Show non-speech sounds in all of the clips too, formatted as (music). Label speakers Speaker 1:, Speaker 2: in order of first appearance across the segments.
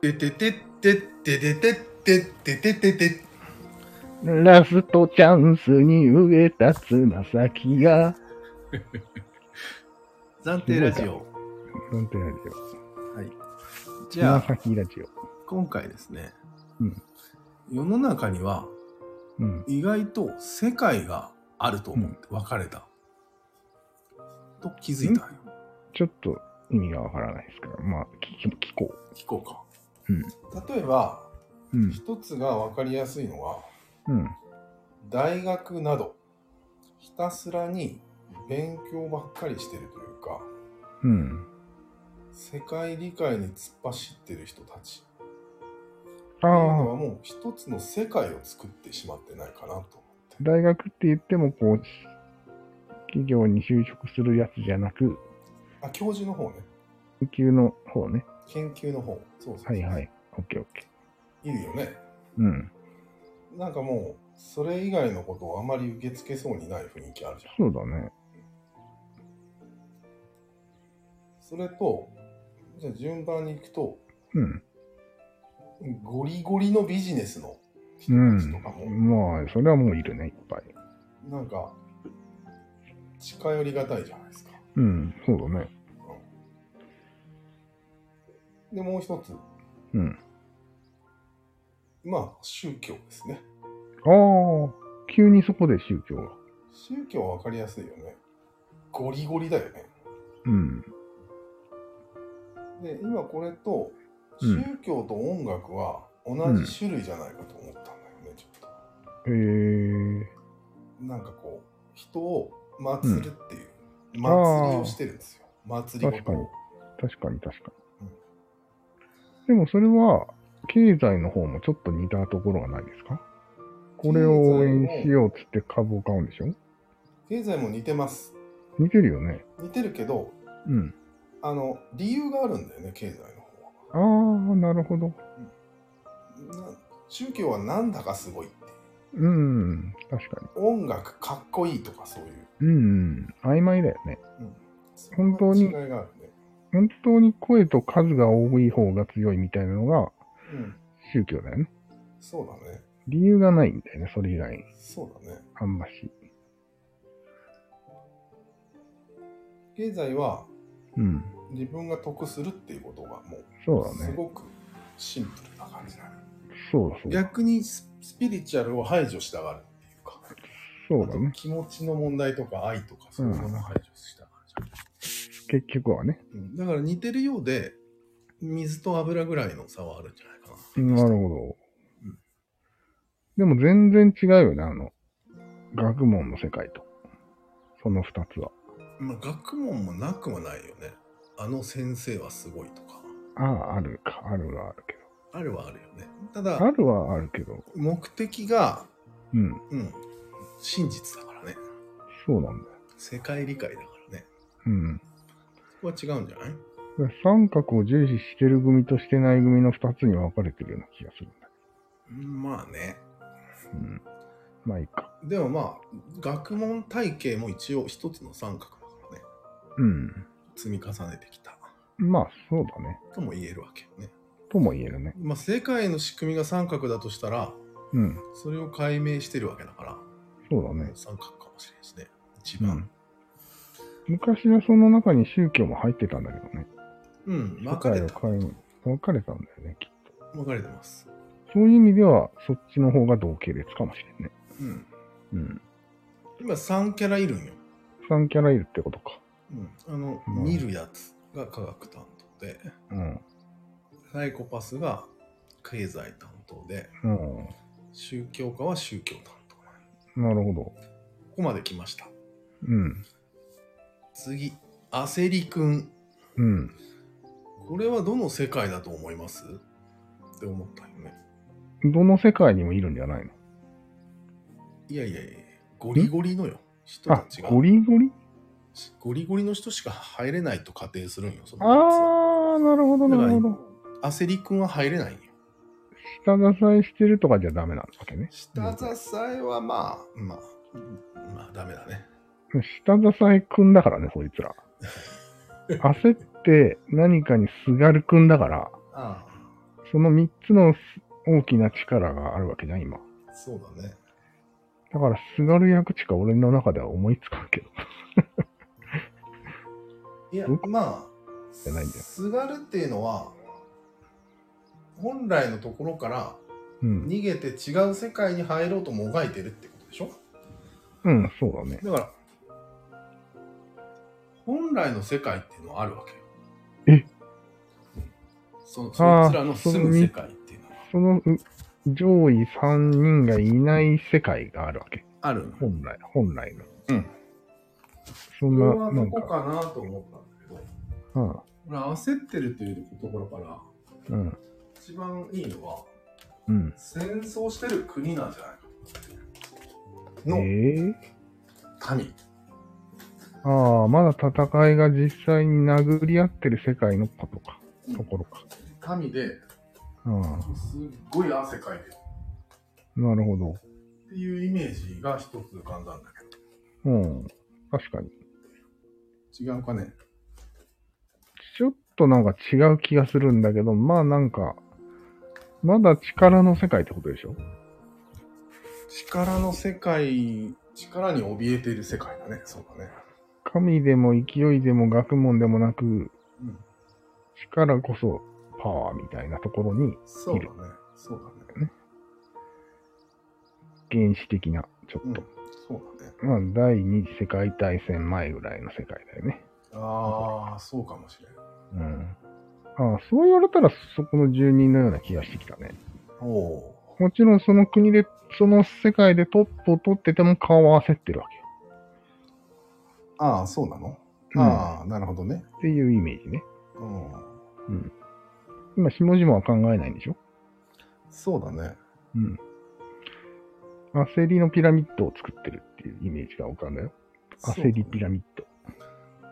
Speaker 1: てててててててててててて
Speaker 2: ラストチャンスに植えたつま先が。
Speaker 1: 暫定ラジオ。
Speaker 2: なんてラジ
Speaker 1: はい。
Speaker 2: オ。
Speaker 1: じ
Speaker 2: つ
Speaker 1: ゃ
Speaker 2: ま
Speaker 1: あ、
Speaker 2: 先ラジオ。
Speaker 1: 今回ですね、
Speaker 2: うん
Speaker 1: 世の中には
Speaker 2: うん。
Speaker 1: 意外と世界があると思って別れた。と気づいたんよ。
Speaker 2: ちょっと意味がわからないですから、まあ、聞き聞こ
Speaker 1: 聞こうか。
Speaker 2: うん
Speaker 1: 例えば、
Speaker 2: う。うん。
Speaker 1: 一つが分かりやすいのは、
Speaker 2: うん。
Speaker 1: 大学など、ひたすらに勉強ばっかりしてるというか、
Speaker 2: うん。
Speaker 1: 世界理解に突っ走ってる人たち。
Speaker 2: あ
Speaker 1: っていうのは
Speaker 2: あ、
Speaker 1: もう一つの世界を作ってしまってないかなと思って。
Speaker 2: 大学って言っても、こう、企業に就職するやつじゃなく、
Speaker 1: あ、教授の方ね。
Speaker 2: 研究の方ね。
Speaker 1: 研究の方。そうそうそう
Speaker 2: はいはい。。オッケーオッケ
Speaker 1: いるよね。
Speaker 2: ー。うん。
Speaker 1: なんかもう、それ以外のことをあまり受け付けそうにない雰囲気あるじゃん。
Speaker 2: そうだね。
Speaker 1: それと、じゃあ順番に行くと、
Speaker 2: うん。
Speaker 1: ゴリゴリのビジネスの人
Speaker 2: う
Speaker 1: たちとかも、
Speaker 2: ん。まあ、それはもういるね、いっぱい。
Speaker 1: なんか、近寄りがたいじゃないですか。
Speaker 2: うん。そうだね。
Speaker 1: で、もう一つ、
Speaker 2: うん。
Speaker 1: まあ、宗教ですね。
Speaker 2: ああ、急にそこで宗教が。
Speaker 1: 宗教は分かりやすいよね。ゴリゴリだよね。
Speaker 2: うん。
Speaker 1: で今これと
Speaker 2: うん
Speaker 1: 宗教と音楽は同じ種類じゃないかと思ったんだよね、ちょっ
Speaker 2: えー、
Speaker 1: となんかこう人を祭るっていう、祭りをしてるんですよ祭りごとを
Speaker 2: 確かに確かに。でもそれは、経済の方もちょっと似たところがないですかこれを応援しようっつって株を買うんでしょ
Speaker 1: 経済も似てます
Speaker 2: 似てるよね。
Speaker 1: 似てるけど
Speaker 2: うん。
Speaker 1: あの理由があるんだよね経済の
Speaker 2: ああ、なるほど。
Speaker 1: 方はな宗教はなんだかすごいって
Speaker 2: うん、確か
Speaker 1: 音楽かっこいいとかそういう
Speaker 2: に。うん、曖昧だよね。
Speaker 1: そんな
Speaker 2: 本当に
Speaker 1: 違いがあるね、
Speaker 2: 本当に声と数が多い方が強いみたいなのが
Speaker 1: うん、
Speaker 2: 宗教だよね。
Speaker 1: そうだね
Speaker 2: 理由がないんだよね、それ以外に。
Speaker 1: そうだね
Speaker 2: あんまし。
Speaker 1: 経済は
Speaker 2: うん、
Speaker 1: 自分が得するっていうことがもう
Speaker 2: そうだ
Speaker 1: す
Speaker 2: ね。
Speaker 1: ごくシンプルな感じなの
Speaker 2: そうだそうだ。
Speaker 1: 逆にススピリチュアルを排除したがるっていうか
Speaker 2: そうだ
Speaker 1: あと
Speaker 2: ね。
Speaker 1: 気持ちの問題とか愛とかそういうものを排除したがるじ
Speaker 2: 結局はね。
Speaker 1: ゃん、うんだから似てるようで水と油ぐらいの差はあるんじゃないかな
Speaker 2: なるほど
Speaker 1: うん。
Speaker 2: でも全然違うよね、あの、学問の世界と。その二つは。
Speaker 1: まあ学問もなくはないよねあの先生はすごいとか
Speaker 2: ああ、あるか、あるはあるけ
Speaker 1: あるはあるよねた
Speaker 2: ど。あ
Speaker 1: だ
Speaker 2: るはあるけど、
Speaker 1: 目的が
Speaker 2: うん、
Speaker 1: うん真実だからね
Speaker 2: そうなんだよ。
Speaker 1: 世界理解だからね
Speaker 2: うん。
Speaker 1: そこは違うんじゃない
Speaker 2: 三角を重視してる組としてない組の二つに分かれてるような気がするんだ
Speaker 1: うんまあね
Speaker 2: けど。うん。まあいいか。
Speaker 1: でもまあ学問体系も一応一つの三角だからね
Speaker 2: うん。
Speaker 1: 積み重ねてきた
Speaker 2: まあそうだね。
Speaker 1: とも言えるわけよね。
Speaker 2: とも言えるね。
Speaker 1: まあ世界の仕組みが三角だとしたら
Speaker 2: うん。
Speaker 1: それを解明してるわけだから、
Speaker 2: そうだね。
Speaker 1: 三角かもしれないしね一
Speaker 2: う
Speaker 1: 番
Speaker 2: ん。昔はその中に宗教も入ってたんだけどね。
Speaker 1: うん、分
Speaker 2: 世
Speaker 1: か
Speaker 2: 界
Speaker 1: れ
Speaker 2: を
Speaker 1: た
Speaker 2: 変える、分かれたんだよね、きっと。
Speaker 1: 分かれてます、
Speaker 2: そういう意味では、そっちの方が同系列かもしれんね。
Speaker 1: うん、
Speaker 2: うん。
Speaker 1: 今3キャラいるんよ、
Speaker 2: 3キャラいるってことか。
Speaker 1: うん、あの、
Speaker 2: うん
Speaker 1: 見るやつが科学担当で
Speaker 2: うん。
Speaker 1: サイコパスが経済担当で
Speaker 2: うん。
Speaker 1: 宗教家は宗教担当なんよ
Speaker 2: なるほど。
Speaker 1: ここまで来ました
Speaker 2: うん。
Speaker 1: 次焦りくん
Speaker 2: うん。
Speaker 1: これはどの世界だと思いますって思ったよね。
Speaker 2: どの世界にもいるんじゃないの
Speaker 1: いやいやいや、ゴリゴリのよ、人た
Speaker 2: あ
Speaker 1: ちが、。
Speaker 2: ゴリゴリ
Speaker 1: ゴリゴリの人しか入れないと仮定するんよ、そのやつは
Speaker 2: あー、なるほど、
Speaker 1: だ
Speaker 2: な
Speaker 1: から
Speaker 2: るほど。
Speaker 1: 焦りくんは入れないんよ。
Speaker 2: 下支えしてるとかじゃダメなわけね。
Speaker 1: 下支えはまあ、まあ、うんまあダメだね。
Speaker 2: 下支えくんだからね、そいつら。焦って何かにすがるくんだから、
Speaker 1: あ
Speaker 2: その3つのす大きな力があるわけじゃん、今。
Speaker 1: あ、そうだね。
Speaker 2: だから、すがる役しか俺の中では思いつかんけど。
Speaker 1: いや
Speaker 2: うん、
Speaker 1: ま
Speaker 2: じゃないん
Speaker 1: あ、
Speaker 2: だよ
Speaker 1: すがるっていうのは、本来のところから
Speaker 2: うん。
Speaker 1: 逃げて違う世界に入ろうともがいてるってことでしょ
Speaker 2: うん、そうだね。
Speaker 1: だから、本来の世界っていうのはあるわけよ。
Speaker 2: え
Speaker 1: そ
Speaker 2: あ
Speaker 1: そ
Speaker 2: ー
Speaker 1: いつらの住む世界っていうのは
Speaker 2: そのう上位3人がいない世界があるわけ。
Speaker 1: あるの。
Speaker 2: 本来、本来の。
Speaker 1: うん。
Speaker 2: そん
Speaker 1: これ
Speaker 2: な、
Speaker 1: は
Speaker 2: な
Speaker 1: ど
Speaker 2: ん
Speaker 1: こ
Speaker 2: か、
Speaker 1: かなと思ったんだけど、
Speaker 2: うん
Speaker 1: 俺焦ってるというところから、
Speaker 2: うん、
Speaker 1: 一番いいのは、
Speaker 2: うん。
Speaker 1: 戦争してる国なんじゃないか
Speaker 2: え
Speaker 1: の
Speaker 2: ー、
Speaker 1: 民。
Speaker 2: ああ、まだ戦いが実際に殴り合ってる世界のことか。ところか。
Speaker 1: 民で
Speaker 2: うん。
Speaker 1: すっごい汗かいてる
Speaker 2: なるほど。
Speaker 1: っていうイメージが一つ浮かんだんだけ
Speaker 2: うん。確かに。
Speaker 1: ど違うかね
Speaker 2: ちょっとなんか違う気がするんだけど、まあなんか、まだ力の世界ってことでしょ
Speaker 1: 力の世界力に怯えている世界だねそうだね
Speaker 2: 神でも勢いでも学問でもなく、
Speaker 1: うん
Speaker 2: 力こそパワーみたいなところに
Speaker 1: そうだねそうだね
Speaker 2: 原始的な、ちょ
Speaker 1: う
Speaker 2: っ
Speaker 1: ん
Speaker 2: と、
Speaker 1: そうだね
Speaker 2: まあ第二次世界大戦前ぐらいの世界だよね。
Speaker 1: ああそうかもしれん
Speaker 2: うん。ああ、そう言われたらそこの住人のような気がしてきたね。
Speaker 1: おお
Speaker 2: もちろんその国で、その世界でトップを取ってても顔は焦ってるわけよ。
Speaker 1: ああそうなの、
Speaker 2: うん
Speaker 1: ああなるほどね
Speaker 2: っていうイメージね。
Speaker 1: うん
Speaker 2: 今、下々は考えないんでしょ
Speaker 1: そうだね
Speaker 2: うん。焦りのピラミッドを作ってるっていうイメージが浮かんだよ。焦りピラミッド。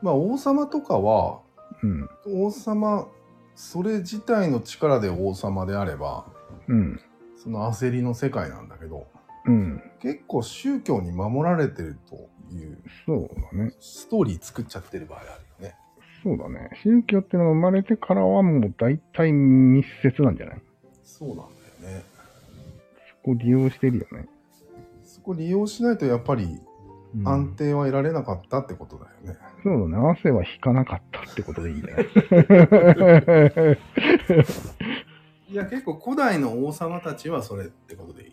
Speaker 1: まあ王様とかは
Speaker 2: うん。
Speaker 1: 王様それ自体の力で王様であれば
Speaker 2: うん。
Speaker 1: その焦りの世界なんだけど
Speaker 2: うん。
Speaker 1: 結構宗教に守られてるという
Speaker 2: そうだね。
Speaker 1: ストーリー作っちゃってる場合あるよね。
Speaker 2: そうだね。宗教ってのが生まれてからはもう大体密接なんじゃない
Speaker 1: そうなんだよね。
Speaker 2: そこ利用してるよね。
Speaker 1: そこ利用しないとやっぱり
Speaker 2: うん
Speaker 1: 安定は得られなかったってことだよね。
Speaker 2: そうだね。汗は引かなかったってことでいいんだ
Speaker 1: (laughs)
Speaker 2: よ。
Speaker 1: いや結構古代の王様たちはそれってことでいい。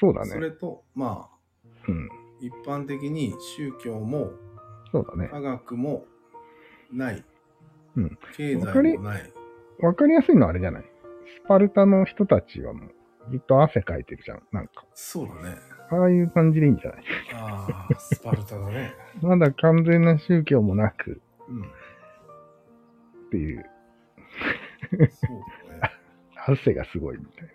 Speaker 2: そうだ
Speaker 1: そ
Speaker 2: ね。
Speaker 1: れとまあ
Speaker 2: うん。
Speaker 1: 一般的に宗教も
Speaker 2: そうだね。
Speaker 1: 科学もない、
Speaker 2: うん
Speaker 1: 経済もない。
Speaker 2: わかりやすいのはあれじゃないスパルタの人たちはもう、ずっと汗かいてるじゃん。なんか、
Speaker 1: そうだね。
Speaker 2: ああいう感じでいいんじゃない
Speaker 1: ああ、スパルタだね。 (laughs)
Speaker 2: まだ完全な宗教もなく
Speaker 1: うん。
Speaker 2: っていう、
Speaker 1: そうだね。
Speaker 2: 汗がすごいみたいな。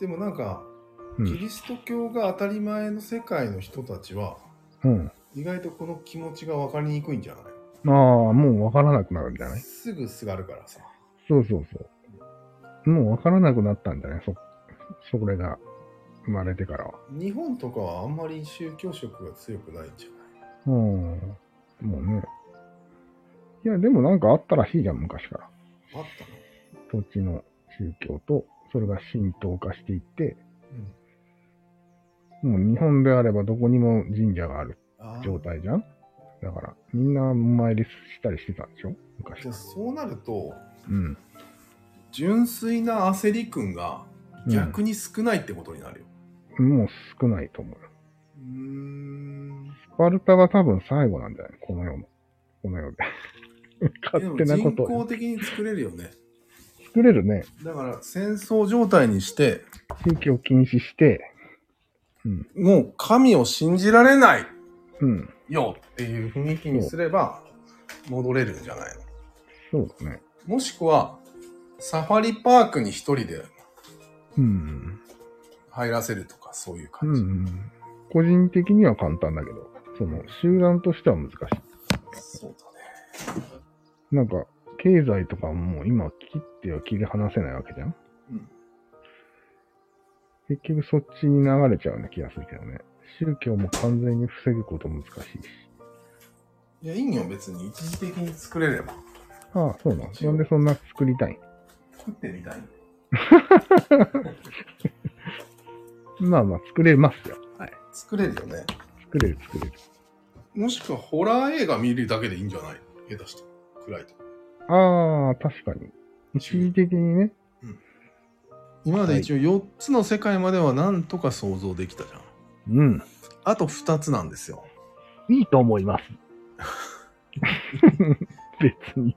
Speaker 1: でもなんか、
Speaker 2: うん
Speaker 1: キリスト教が当たり前の世界の人たちは、
Speaker 2: うん。
Speaker 1: 意外とこの気持ちが分かりにくいんじゃない
Speaker 2: まあ、もうわからなくなるんじゃない
Speaker 1: すぐすがるからさ。
Speaker 2: そうそうそう。もうわからなくなったんじゃないそ、それが生まれてからは。
Speaker 1: 日本とかはあんまり宗教色が強くないんじゃない
Speaker 2: うん。もうね。いや、でもなんかあったらしいじゃん、昔から。
Speaker 1: あったの
Speaker 2: 土地の宗教と、それが浸透化していって、
Speaker 1: うん
Speaker 2: もう日本であればどこにも神社がある
Speaker 1: あー
Speaker 2: 状態じゃんだから、みんなお参りしたりしてたんでしょ昔
Speaker 1: じゃあそうなると、
Speaker 2: うん。
Speaker 1: 純粋な焦り君が逆に少ないってことになるよ。
Speaker 2: うんもう少ないと思うよ。
Speaker 1: うーん。
Speaker 2: スパルタが多分最後なんじゃないこの世の。この世で。
Speaker 1: えで
Speaker 2: 勝
Speaker 1: も
Speaker 2: 手なこ
Speaker 1: 人
Speaker 2: と
Speaker 1: 工
Speaker 2: を
Speaker 1: 的に作れるよね。
Speaker 2: 作れるね。
Speaker 1: だから戦争状態にして、
Speaker 2: 宗教禁止して、
Speaker 1: もう神を信じられない
Speaker 2: うん。
Speaker 1: よっていう雰囲気にすれば戻れるんじゃないの
Speaker 2: そうだね。
Speaker 1: もしくはサファリパークに一人で
Speaker 2: うん。
Speaker 1: 入らせるとかそういう
Speaker 2: う
Speaker 1: 感じ、
Speaker 2: ん。個人的には簡単だけど、その、集団としては難しい。
Speaker 1: そうだね
Speaker 2: なんか、経済とかもう今切っては切り離せないわけじゃん
Speaker 1: うん
Speaker 2: 結局そっちに流れちゃうような気がするけどね。宗教も完全に防ぐこと難しいし。
Speaker 1: いや、いいよ、別に。一時的に作れれば。
Speaker 2: ああ、そうなんです。なんでそんな作りたい
Speaker 1: 作ってみたい。
Speaker 2: まあまあ、作れますよ。はい。
Speaker 1: 作れるよね。
Speaker 2: 作れる、作れる。
Speaker 1: もしくは、ホラー映画見るだけでいいんじゃない下手して。暗いと。
Speaker 2: ああ、確かに。一時的にね。
Speaker 1: 今まで一応4つの世界まではなんとか想像できたじゃん。
Speaker 2: うん。
Speaker 1: あと2つなんですよ。
Speaker 2: いいと思い (laughs) ます。別に。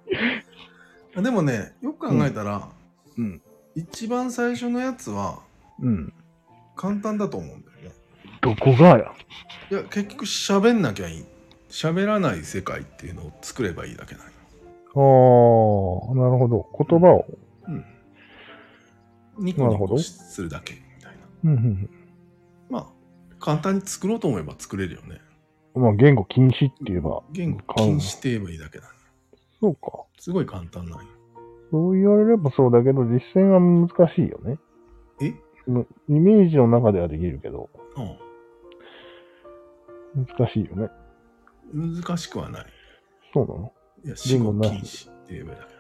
Speaker 1: でもね、よく考えたら、
Speaker 2: うん。
Speaker 1: 一番最初のやつは
Speaker 2: うん。
Speaker 1: 簡単だと思うんだよね。
Speaker 2: どこがや
Speaker 1: いや、結局喋んなきゃいい。喋らない世界っていうのを作ればいいだけなの。
Speaker 2: ああ、なるほど。言葉を。
Speaker 1: うん。ニコ
Speaker 2: なる
Speaker 1: ニ
Speaker 2: ほど
Speaker 1: コするだけみたいな。
Speaker 2: うんうん
Speaker 1: まあ、簡単に作ろうと思えば作れるよね。
Speaker 2: うん。まあ、言語禁止って言えば。
Speaker 1: 言語禁止って言えばいいだけだ、ね。
Speaker 2: そうか。
Speaker 1: すごい簡単なんよ。
Speaker 2: そう言われればそうだけど、実践は難しいよね。
Speaker 1: え
Speaker 2: むイメージの中ではできるけど、難しいよね。
Speaker 1: うん。難しくはない。
Speaker 2: そうなの
Speaker 1: いや、死
Speaker 2: 言
Speaker 1: 後
Speaker 2: 語な
Speaker 1: 禁
Speaker 2: し
Speaker 1: 止って言えばいいだけだ。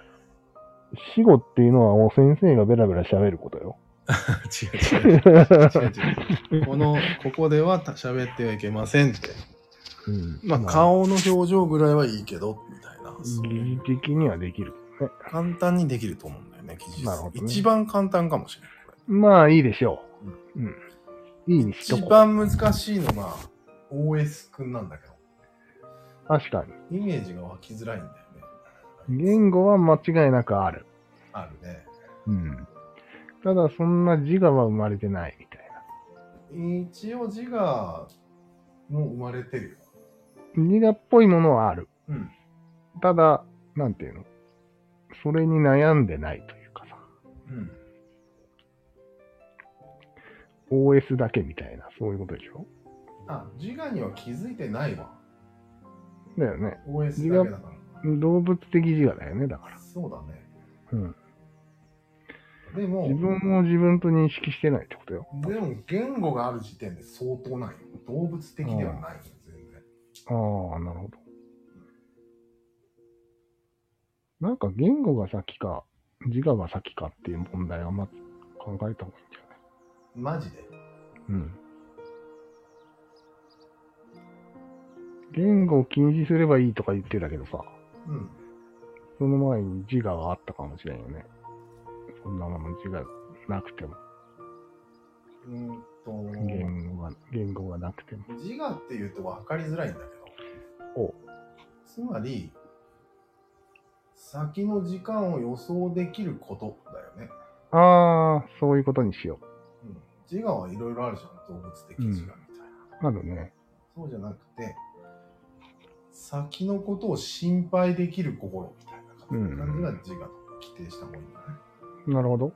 Speaker 2: 死後っていうのはもう先生がベラベラ喋ることよ。
Speaker 1: (laughs) 違う違う違う違う。この、ここではた喋ってはいけませんって。
Speaker 2: うん
Speaker 1: まあ、顔の表情ぐらいはいいけど、みたいな。そう
Speaker 2: 疑似的にはできる。ね、
Speaker 1: 簡単にできると思うんだよね、記事
Speaker 2: なるほどね
Speaker 1: 一番簡単かもしれない。こ
Speaker 2: まあ、いいでしょう。うん。いいに
Speaker 1: れ
Speaker 2: しと
Speaker 1: 一
Speaker 2: こう。
Speaker 1: 番難しいのが OS くんなんだけど、
Speaker 2: 確かに。
Speaker 1: イメージが湧きづらいんだよね。
Speaker 2: 言語は間違いなくある。
Speaker 1: あるね。
Speaker 2: うん。ただ、そんな自我は生まれてないみたい
Speaker 1: 一応字がもう生まれてるよ。
Speaker 2: な。自我っぽいものはある。
Speaker 1: うん。
Speaker 2: ただ、なんていうのそれに悩んでないというかさ、
Speaker 1: うん。
Speaker 2: OS だけみたいな、そういうことでしょ
Speaker 1: あ、自我には気づいてないわ。
Speaker 2: だよね。
Speaker 1: OS だけだか。
Speaker 2: 動物的自我だよね、だから
Speaker 1: そうだね。
Speaker 2: ら。うん。
Speaker 1: でも、
Speaker 2: 自分を自分と認識してないってことよ。
Speaker 1: でも言語がある時点で相当ないよ。動物的ではないよ、全然。
Speaker 2: ああ、なるほど。なんか言語が先か、自我が先かっていう問題はまず考えた方がいいんじ
Speaker 1: マジで。
Speaker 2: ゃないうん。言語を禁止すればいいとか言ってたけどさ。
Speaker 1: うん。
Speaker 2: その前に自我があったかもしれんよね。そんなもの自我なくても、
Speaker 1: うーんと、
Speaker 2: 言語が、言語がなくても。
Speaker 1: 自我っていうと分かりづらいんだけど。
Speaker 2: お
Speaker 1: つまり、先の時間を予想できることだよね。
Speaker 2: ああ、そういうことにしよ
Speaker 1: うん、自我はいろいろあるじゃん、動物的自我みたいな。
Speaker 2: う。あるね。
Speaker 1: そうじゃなくて、先のことを心配できる心みたいな感じが自我と規定した方がいいんだね。
Speaker 2: なるほど。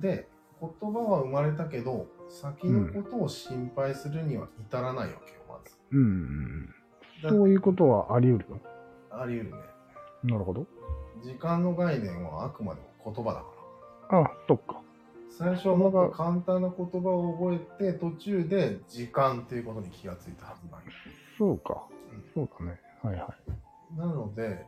Speaker 1: で、言葉は生まれたけど、先のことを心配するには至らないわけよ、まず。
Speaker 2: うんうんうん。
Speaker 1: だ
Speaker 2: そういうことはあり得る
Speaker 1: あり得るね。
Speaker 2: のなるほど。
Speaker 1: 時間の概念はあくまでも言葉だから。
Speaker 2: ああ、そっか。
Speaker 1: 最初はもっと簡単な言葉を覚えて、途中で時間っていうことに気がついたはずなんよ
Speaker 2: そうか。そうだね。はいはい。
Speaker 1: なので、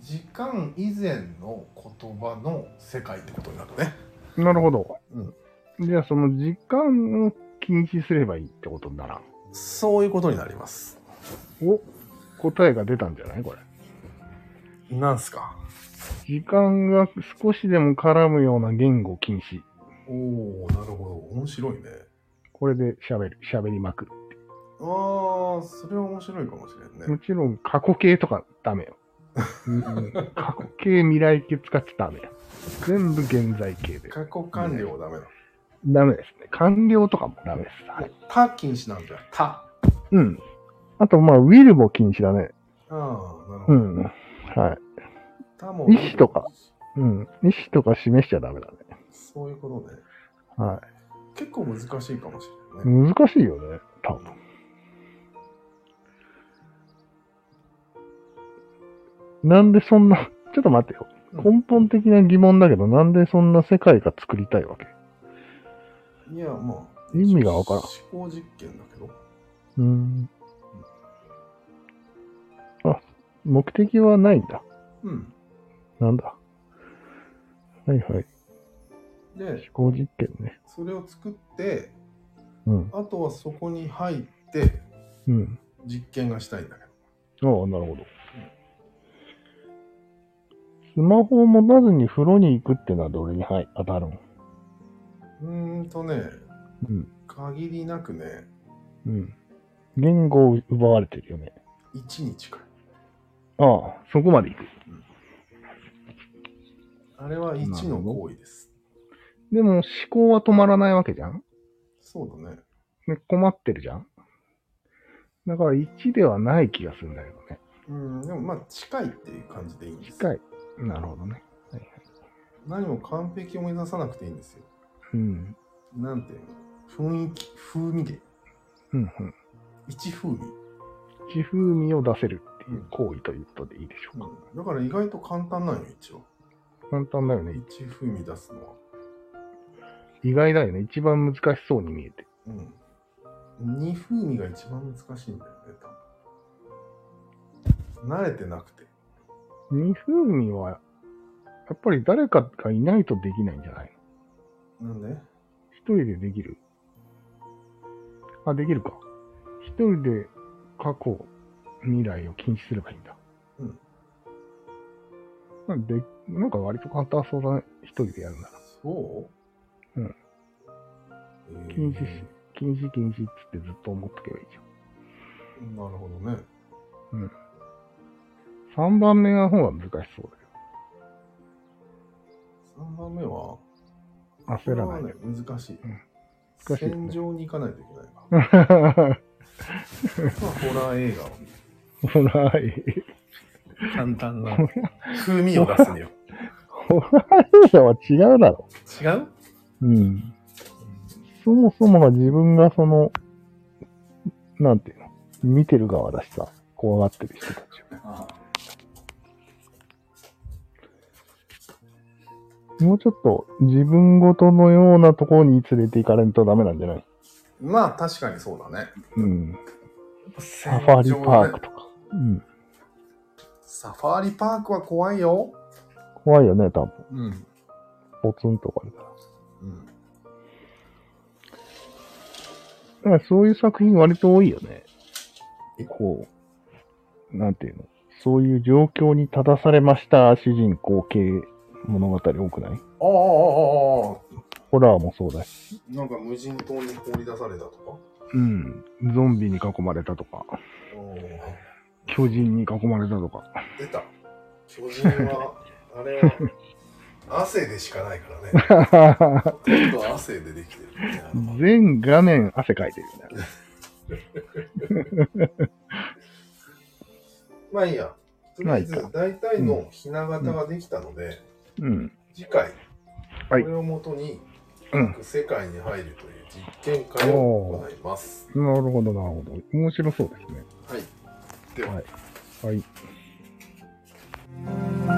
Speaker 1: 時間以前の言葉の世界ってことになるね。
Speaker 2: なるほど。
Speaker 1: うん
Speaker 2: じゃあ、その時間を禁止すればいいってことにならん。
Speaker 1: そういうことになります。
Speaker 2: お答えが出たんじゃないこれ。
Speaker 1: なんすか
Speaker 2: 時間が少しでも絡むような言語禁止。
Speaker 1: おおなるほど。面白いね。
Speaker 2: これで喋る、喋りまくる。
Speaker 1: ああ、それは面白いかもしれん
Speaker 2: も
Speaker 1: ね。
Speaker 2: ちろん過去形とかダメよ。うん過去形、未来形使っちゃダメよ。全部現在形で。
Speaker 1: 過去完了はダメだ。
Speaker 2: ダメですね。完了とかもダメです。はい、
Speaker 1: 他禁止なんだよ。他。
Speaker 2: うん。あと、まあ、ウィルも禁止だね。
Speaker 1: ああ、なるほ
Speaker 2: う
Speaker 1: ど。
Speaker 2: ん。はい。
Speaker 1: 他も
Speaker 2: 意思とか。うん。意思とか示しちゃダメだね。
Speaker 1: そういうことね。
Speaker 2: は
Speaker 1: 結構難しいかもしれない
Speaker 2: い。
Speaker 1: ね。
Speaker 2: 難しいよね。多分。なんでそんな、 (laughs) ちょっと待ってよ。根本的な疑問だけど、なんでそんな世界が作りたいわけ
Speaker 1: いや、まあ。
Speaker 2: 意味がわからん
Speaker 1: 思考実験だけど。
Speaker 2: うーん。目的はないんだ。
Speaker 1: うん。
Speaker 2: なんだ。はいはい。
Speaker 1: で、
Speaker 2: 思考実験ね。
Speaker 1: それを作って、
Speaker 2: うん。
Speaker 1: あとはそこに入って
Speaker 2: うん。
Speaker 1: 実験がしたいんだけど。
Speaker 2: ああ、なるほど。スマホを持たずに風呂に行くってのはどれに、はい、当たるん
Speaker 1: うーんとね、
Speaker 2: うん
Speaker 1: 限りなくね、
Speaker 2: うん。言語を奪われてるよね。
Speaker 1: 1日くらい。
Speaker 2: ああ、そこまで行く。
Speaker 1: あれは1の行為です。
Speaker 2: でも思考は止まらないわけじゃん
Speaker 1: そうだね。
Speaker 2: ね困ってるじゃんだから1ではない気がするんだけどね。
Speaker 1: うん、でもまあ近いっていう感じでいいんです。
Speaker 2: 近い。なるほどね。
Speaker 1: 何も完璧を目指さなくていいんですよ。
Speaker 2: うん。
Speaker 1: なんていうの雰囲気、風味で。
Speaker 2: うんうん。
Speaker 1: 一風味、
Speaker 2: 地風味を出せるっていう行為ということでいいでしょうか。
Speaker 1: だから意外と簡単なんよ、一応。
Speaker 2: 簡単だよね。
Speaker 1: 一風味出すのは。
Speaker 2: 意外だよね。一番難しそうに見えて。
Speaker 1: うん。二風味が一番難しいんだよね、多分。慣れてなくて。
Speaker 2: 二風味は、やっぱり誰かがいないとできないんじゃないの
Speaker 1: なんで
Speaker 2: 一人でできるあ、できるか。一人で過去、未来を禁止すればいいんだ。
Speaker 1: うん。
Speaker 2: なんで、なんか割と簡単そうだね。一人でやるなら。
Speaker 1: そう
Speaker 2: うん。
Speaker 1: えー
Speaker 2: 禁止し、禁止禁止っつってずっと思っとけばいいじ
Speaker 1: なるほどね。
Speaker 2: ゃん。三番目の方が難しそう
Speaker 1: 3番目は、
Speaker 2: だけど。焦らない
Speaker 1: これはね。難しい。
Speaker 2: うん難しいですね
Speaker 1: 戦場に行かないといけないから。
Speaker 2: ほ
Speaker 1: まあ、ホラー映画を見る。
Speaker 2: (laughs) ら、い。
Speaker 1: 簡単な。風味を出すによ。
Speaker 2: ほら、映画は違うだろ。
Speaker 1: 違う
Speaker 2: うん。そもそもが自分がその、なんていうの、見てる側だしさ、怖がってる人たち
Speaker 1: あ
Speaker 2: を。もうちょっと自分ごとのようなところに連れて行かれんとダメなんじゃない
Speaker 1: まあ、確かにそうだね。
Speaker 2: うん。
Speaker 1: サ
Speaker 2: サファリパークとか。うん。
Speaker 1: サファリパークは怖いよ。
Speaker 2: 怖いよね、多分。
Speaker 1: うん。
Speaker 2: ポツンとかあるから。
Speaker 1: うん。
Speaker 2: だからそういう作品割と多いよね。こう、なんていうのそういう状況に立たされました主人公系物語多くな
Speaker 1: ああ、ああ、
Speaker 2: い
Speaker 1: あ
Speaker 2: ホラーもそうだし。
Speaker 1: あ。なんか無人島に放り出されたとか。
Speaker 2: うん。ゾンビに囲まれたとか、
Speaker 1: おー
Speaker 2: 巨人に囲まれたとか。
Speaker 1: 出た。巨人
Speaker 2: (laughs)
Speaker 1: は、あれは、汗でしかないからね。
Speaker 2: (laughs)
Speaker 1: ほとんど汗でできてるみたいなのが。
Speaker 2: 全画面汗かいてるよね。
Speaker 1: まあいいや。とりあえず、大体のひな形ができたので、
Speaker 2: うん。
Speaker 1: 次回、
Speaker 2: はい
Speaker 1: これをもとに、
Speaker 2: うん
Speaker 1: 各世界に入るという実験会を行います。
Speaker 2: なるほど、なるほど。面白そうですね。
Speaker 1: はい。では。
Speaker 2: はい。